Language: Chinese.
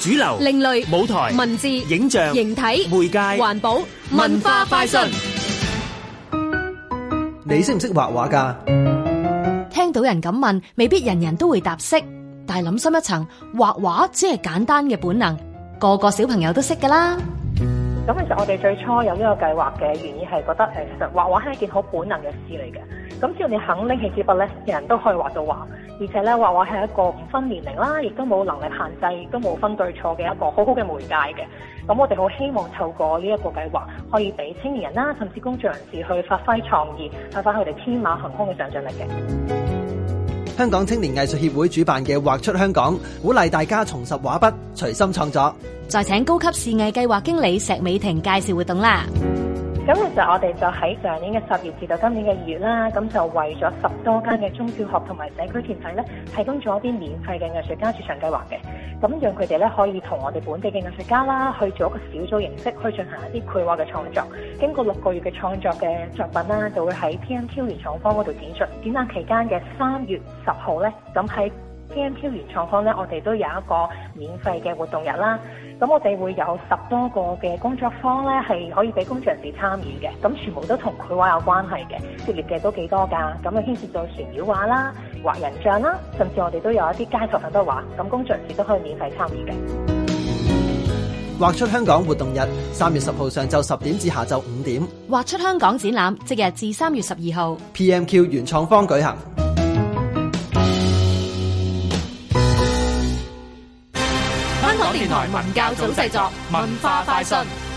主流、另類舞台、文字、影像、形體、媒介、環保、文化快訊。你識唔識畫畫㗎？聽到人咁問，未必人人都會答識，但係諗深一層，畫畫只係簡單嘅本能，個個小朋友都識㗎啦。咁其實我哋最初有呢個計劃嘅原意係覺得誒，其實畫畫係一件好本能嘅事嚟嘅。咁只要你肯拎起支筆咧，人人都可以畫到畫，而且咧畫畫係一個唔分年齡啦，亦都冇能力限制，亦都冇分對錯嘅一個好好嘅媒介嘅。咁我哋好希望透過呢一個計劃，可以俾青年人啦，甚至工作人士去發揮創意，發揮佢哋天馬行空嘅想像力嘅。香港青年藝術協會主辦嘅《畫出香港》，鼓勵大家重拾畫筆，隨心創作。再請高級視藝計劃經理石美婷介紹活動啦。咁其實我哋就喺上年嘅十月至到今年嘅二月啦，咁就為咗十多間嘅中小學同埋社區團體咧，提供咗一啲免費嘅藝術家駐場計劃嘅，咁讓佢哋咧可以同我哋本地嘅藝術家啦，去做一個小組形式去進行一啲繪畫嘅創作。經過六個月嘅創作嘅作品啦，就會喺 PMQ 原創方嗰度展出。展覽期間嘅三月十號咧，咁喺 PMQ 原創方咧，我哋都有一個免費嘅活動日啦。咁我哋會有十多個嘅工作坊咧，係可以俾工作人士參與嘅。咁全部都同繪畫有關係嘅，涉獵嘅都幾多㗎。咁啊，牽涉到船繞畫啦、畫人像啦，甚至我哋都有一啲街頭粉筆畫。咁工作人士都可以免費參與嘅。畫出香港活動日，三月十號上晝十點至下晝五點畫出香港展覽即日至三月十二號。 ，PMQ 原創方舉行。香港電台文教組製作，文化快訊。